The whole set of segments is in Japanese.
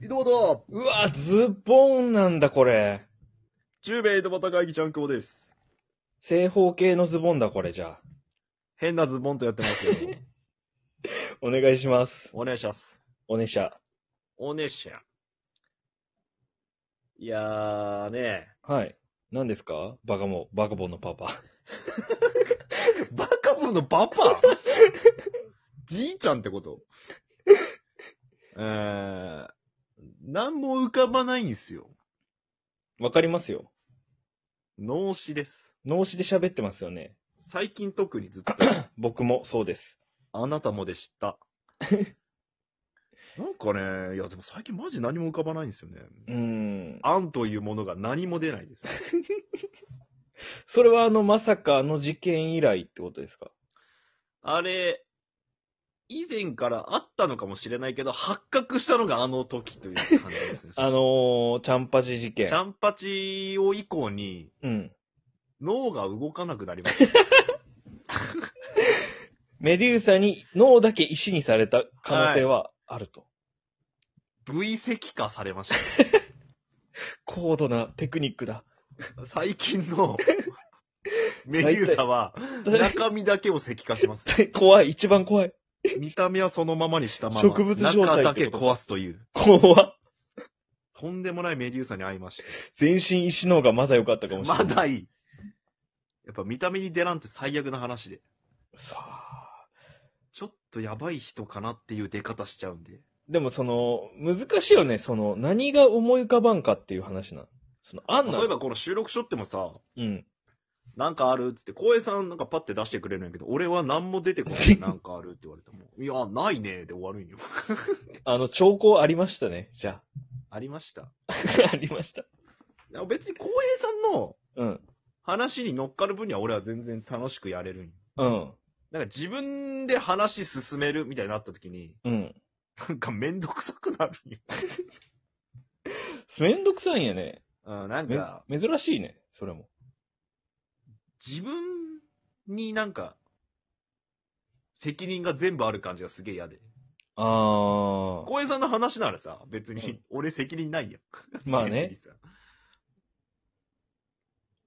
井戸端うわ、ズボンなんだ、これ。中米井戸端会議ちゃんこです。正方形のズボンだ、これ、じゃあ。変なズボンとやって ますけど。お願いします。お願いします。おねしゃ。おねしゃ。いやーねはい。何ですかバカも、バカボンのパパ。バカボンのパパじいちゃんってことえー、なんも浮かばないんですよ。わかりますよ。脳死です。脳死で喋ってますよね。最近特にずっと、僕もそうです。あなたもで した。なんかね、いやでも最近マジ何も浮かばないんですよね。うーん。案というものが何も出ないです。それはあの、まさかあの事件以来ってことですか。あれ、以前からあったのかもしれないけど、発覚したのがあの時という感じですね あのー、チャンパチ事件ち。ゃんぱちを以降に、うん。脳が動かなくなりました。 メデューサに脳だけ石にされた可能性はあると。 V 石化されまし高度なテクニックだ。 た。最近のメデューサは、中身だけを石化します。 怖い、一番怖い。見た目はそのままにしたまま、植物状態ってこと中だけ壊すという、怖っとんでもないメデューサに会いました。全身石の方がまだ良かったかもしれなまい。だいい。やっぱ見た目に出らんって最悪な話で、さあ。ちょっとやばい人かなっていう出方しちゃうんで。でもその、難しいよね。その、何が思い浮かばんかっていう話なの。その、あんな。例えばこの収録しとってもさ、うん。なんかあるっつって、光栄さんなんかパッて出してくれるんやけど、俺は何も出てこ ない。なんかあるって言われても、いや、ないねで終わるんよ。あの、兆候ありましたね。じゃ ありました。あ。あ りました。でも別に光栄さんのうん。話に乗っかる分には俺は全然楽しくやれるんよ。うん。なんか自分で話進めるみたいになった時に、うん。なんかめんどくさくなる んよ。めんどくさいんやね。うん、なんめか、珍しいね。それも。自分になんか、責任が全部ある感じがすげえ嫌で。あー。光栄さんの話ならさ、別うにん俺責任ないやん。ま あね別にさ。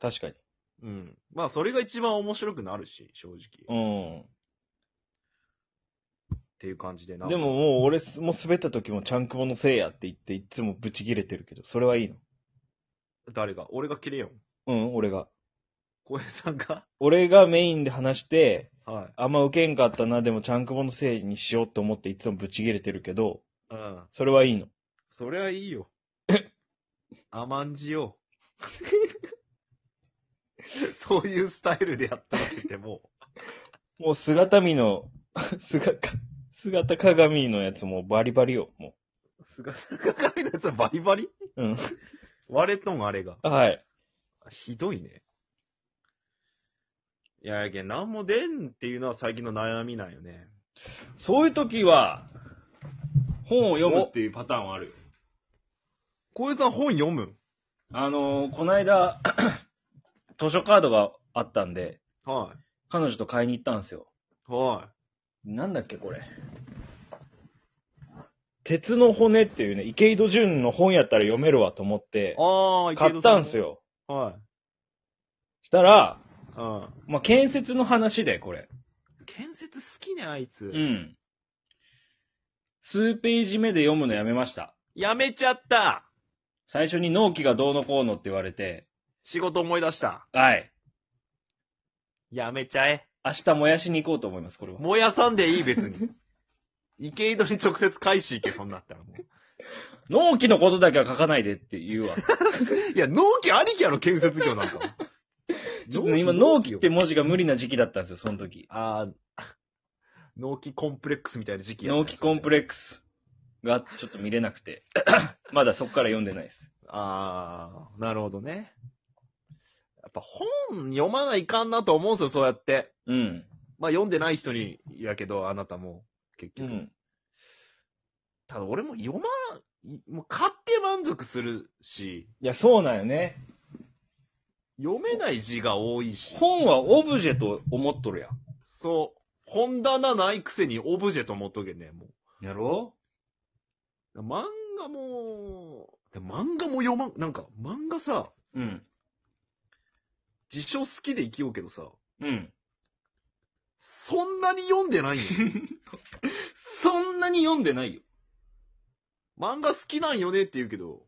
確かに。うん。まあ、それが一番面白くなるし、正直。っうん。ていう感じでな。でも、もう俺すもう滑った時もちゃんくぼのせいやって言っていつもブチ切れてるけど、それはいいの誰が俺が切れよん。うん、俺が。小平さんが 俺がメインで話して、はい。あんま受けんかったな、でもちゃんくぼのせいにしようって思っていつもブチ切れてるけど、うん。それはいいの。そりゃいい よ。甘んじよう。 そういうスタイルでやったらっても、もう姿見の、 姿か、姿鏡のやつもバリバリよ、も菅田鏡のやつはバリバリう。うん。割れとん、あれが。はい。ひどいね。いや、やけん、なんも出んっていうのは最近の悩みなんよね。そういう時は、本を読むっていうパターンはあるよ。小平さん本読むあのーこないだ、 図書カードがあったんで、は彼女と買いに行ったんですよ。い。はなんだっけ、これ。鉄の骨っていうね、池井戸潤の本やったら読めるわと思ってい。、ああ、買ったんすよ。よ。はしたら、い。うん。まあ、建設の話で、これ。建設好きね、あいつ。うん。数ページ目で読むのやめました。やめちゃった最初に納期がどうのこうのって言われて、仕事思い出した。はい。やめちゃえ。明日燃やしに行こうと思います、これは。燃やさんでいい、別 に。池井戸に直接返し行け、そんなったらもう。納期のことだけは書かないでって言 うわ。いや、納期ありきやろ、建設業なんか。 ちょっとね、今、納期って。文字が無理な時期だったんですよ、その時。ああ、納期コンプレックスみたいな時期やね納期コンプレックスがちょっと見れなく て、まだそこから読んでないです。ああ、なるほどね。やっぱ本読まないかんなと思うんですよ、そうやって。うん。まあ読んでない人に、やけど、あなたも、結う局。ん。ただ俺も読まん、いもう買って満足するし、いや、そうなんよね。読めない字が多いし、本はオブジェと思っとるやん。そう、本棚ないくせにオブジェと思っとけね、もやろう。漫画も、で漫画も読まん、なんか、漫画さ、うん。自称好きで生きようけどさ、うん。そんなに読んで ないよ。そんなに読んでないよ。漫画好きなんよねって言うけど、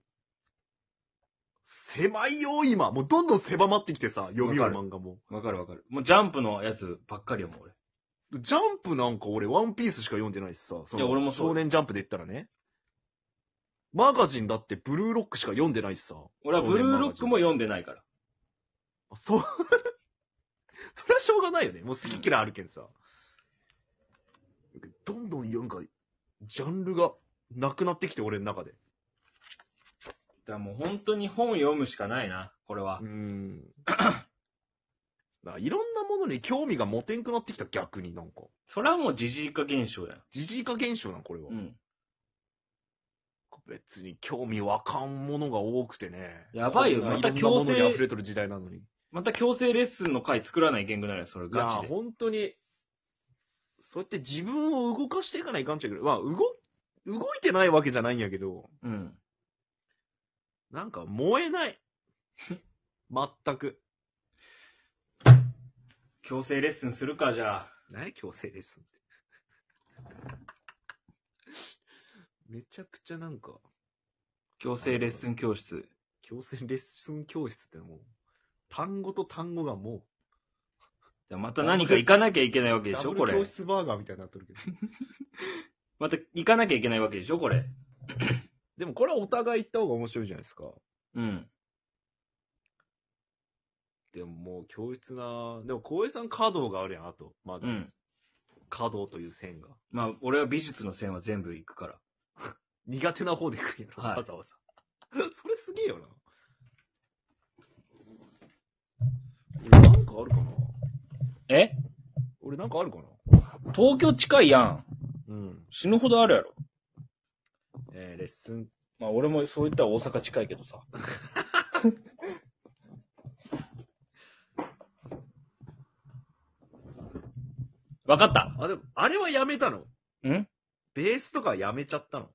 狭いよ、今。もうどんどん狭まってきてさ、読みようわか漫画も。わかるわかる。もうジャンプのやつばっかりよ、もう俺。ジャンプなんか俺、ワンピースしか読んでないしさ、そのいや俺もそう少年ジャンプで言ったらね。マガジンだってブルーロックしか読んでないしさ。俺はブルーロックもよ。読んでないから。あそう。 それはしょうがないよね。もう好き嫌いあるけんさ。どんどんなんか、ジャンルがなくなってきて、俺の中で。だからもう本当に本読むしかないな、これはう。ん。 だからいろんなものに興味が持てんくなってきた、逆になんか。それはもうジジイ化現象やん。ジジイ化現象なん、これは。うん。別に興味わかんものが多くてね。やばいよこんなまたいろんなもの強に制溢れとる時代なのに。いまた強制レッスンの回作らない言語ならそれやガ、チで。本当に、そうやって自分を動かしていかないかんちゃうけど、まあ、動、動いてないわけじゃないんやけど、うん。なんか燃えない。全く。強制レッスンするか、じゃあ。何強制レッスンって。めちゃくちゃなんか、強制レッスン教室。強制レッスン教室ってもう、単語と単語がもじゃあまた何か行かなきゃいけないわけう、でダしょ、ブこル教れ。室バーガーみたいになっとるけど。また行かなきゃいけないわけでしょ、これ。でもこれはお互い行った方が面白いじゃないですか。うん。でももう強烈な、でも光栄さん華道があるやん、あと。まうだ。ん。華道という線が。まあ、俺は美術の線は全部行くから。苦手な方で行くんやろ、はいわざわざ。 それすげえよな。俺なんかあるかなえ俺なんかあるかな東京近いやん。うん。死ぬほどあるやろ。えー、レッスン。まあ、俺もそういったら大阪近いけどさ。 わかったあ、でも、あれはやめたのんベースとかはやめちゃったの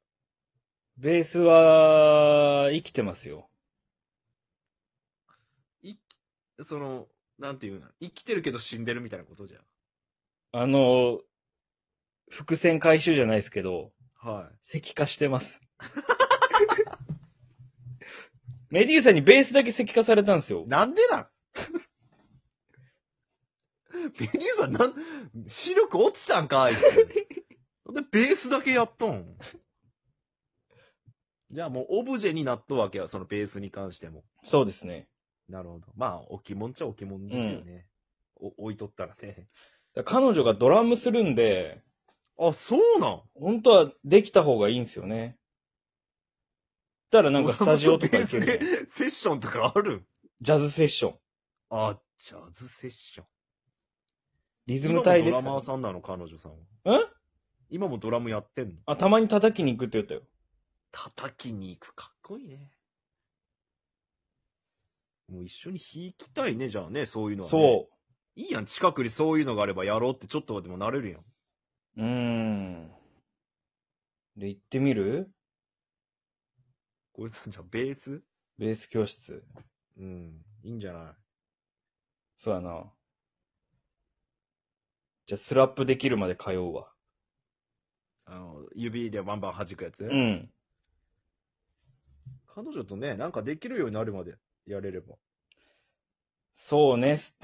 ベースは、生きてますよ。その、なんていうの生きてるけど死んでるみたいなことじゃあの、伏線回収じゃないですけど、ん。はい。石化して ます。メディーさんにベースだけ石化されたんですよ。なんでなん メリューさん、なん、視力落ちたんかいって。 なんで、ベースだけやっとんじゃあもう、オブジェになっとうわけや、そのベースに関しても。そうですね。なるほど。まあ、置きもんっちゃ置きもんですよね。お、置いとったらね。だから彼女がドラムするんで、あ、そうなん本当はできた方がいいんですよね。したらなんかスタジオとか行けるベやんースでセッションとかあるんジャズセッション。あ、ジャズセッション。リズム体で今もすドラマかーさんなの、彼女さんは。ら。ん今もドラムやってんのあ、たまに叩きに行くって言ったよ。叩きに行く。かっこいいね。もう一緒に弾きたいね、じゃあね、そういうのは、ね。。そういいやん、近くにそういうのがあればやろうってちょっとでもなれるやん。う。うーん。で、行ってみるこれさ、じゃあベースベース教室。うん。いいんじゃないそうやな。じゃあ、スラップできるまで通うわ。あの、指でバンバン弾くやつ、うん。彼女とね、なんかできるようになるまでやれれば。そうね。 す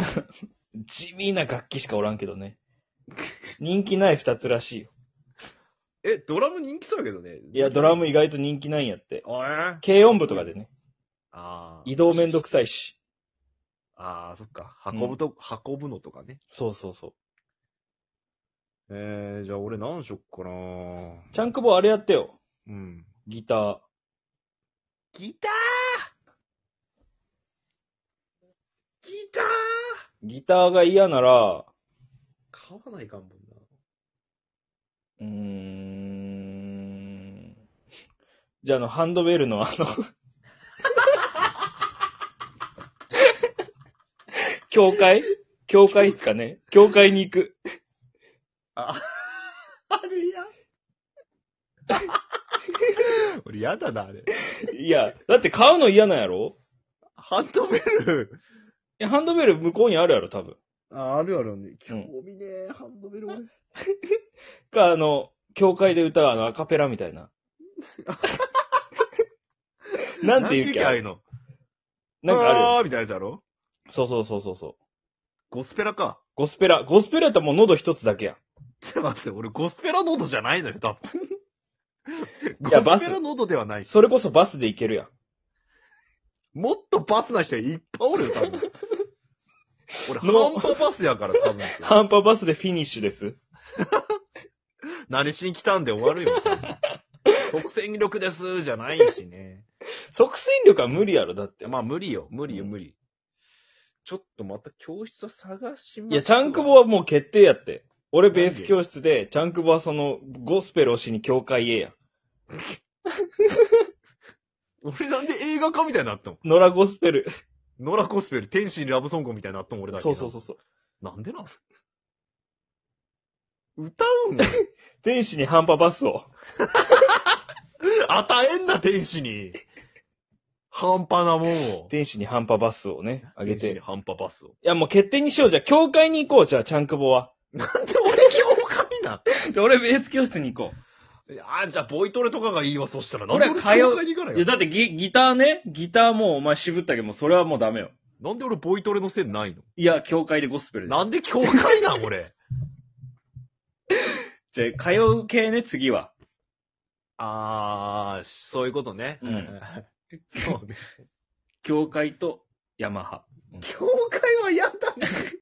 地味な楽器しかおらんけどね。人気ない二つらしいよ。え、ドラム人気そうやけどね。いや、ドラム意外と人気ないんやって。あ軽音部とかでね。あー。移動めんどくさいし。ああ、そっか。運ぶと、運ぶのとかね。そうそうそう。えー、じゃあ俺何しよっかなちゃんくぼあれやってよ。うん。ギター。ギターギターギターが嫌なら、買わないかんもんな。うーん。じゃあ、あの、ハンドベルのあ の、教会教会っすかね教会に行く。 あ、あるやん。 俺嫌だな、あれ。いや、だって買うの嫌なんやろハンドベル。いや、ハンドベル向こうにあるやろ、多分。あ、あるあるね。興味ねえ、ハンドベル俺。か、あの、教会で歌うあのアカペラみたい な。なんてなんていう言うっけああかい、うの。なんかあるよ。あーみたいなやつやろそうそうそうそうそう。ゴスペラか。ゴスペラ。ゴスペラやったらもう喉一つだけやん。ちょっと待って、俺ゴスペラノードじゃないのよ、多分。いやゴバススペラノードではないし。それこそバスで行けるやん。もっとバスな人いっぱいおるよ、多 分。俺、の半端バスやから、多分。ハンパバスでフィニッシュです。何しに来たんで終わるよ。多分即戦力です、じゃないしね。即戦力は無理やろ、だって。まあ、無理よ、無理よ、うん無理。ちょっとまた教室を探しますいや、チャンクボはもう決定やって。俺ベース教室で、チャンクボはその、ゴスペルをしに教会へやん。俺なんで映画化みたいになったのノラゴスペル。ノラコスペル、天使にラブソングみたいになったの俺だけそうそうそうそう。う。なんでなの歌 うんだよ天使にハンパバスを。与えんな、天使に。半端なもんを。天使にハンパバスをね、あげ天使て。にい半端パスを。や、もう決定にしよう。じゃあ、教会に行こう。じゃあ、チャンクボは。なんで俺教会な で俺ベース教室に行こあ、じゃあ、ボイトレとかがいいわ、そしたら。なん俺では俺通う教会に行かう。ないいよ。や、だってギギターね、ギターもうお前渋ったけども、それはもうダメよ。なんで俺ボイトレの線ないのいや、教会でゴスペルで。なんで教会なん、俺。じゃあ、通う系ね、次は。あー、そういうことね。うんそうね。教会とヤマハ。教会は嫌だね。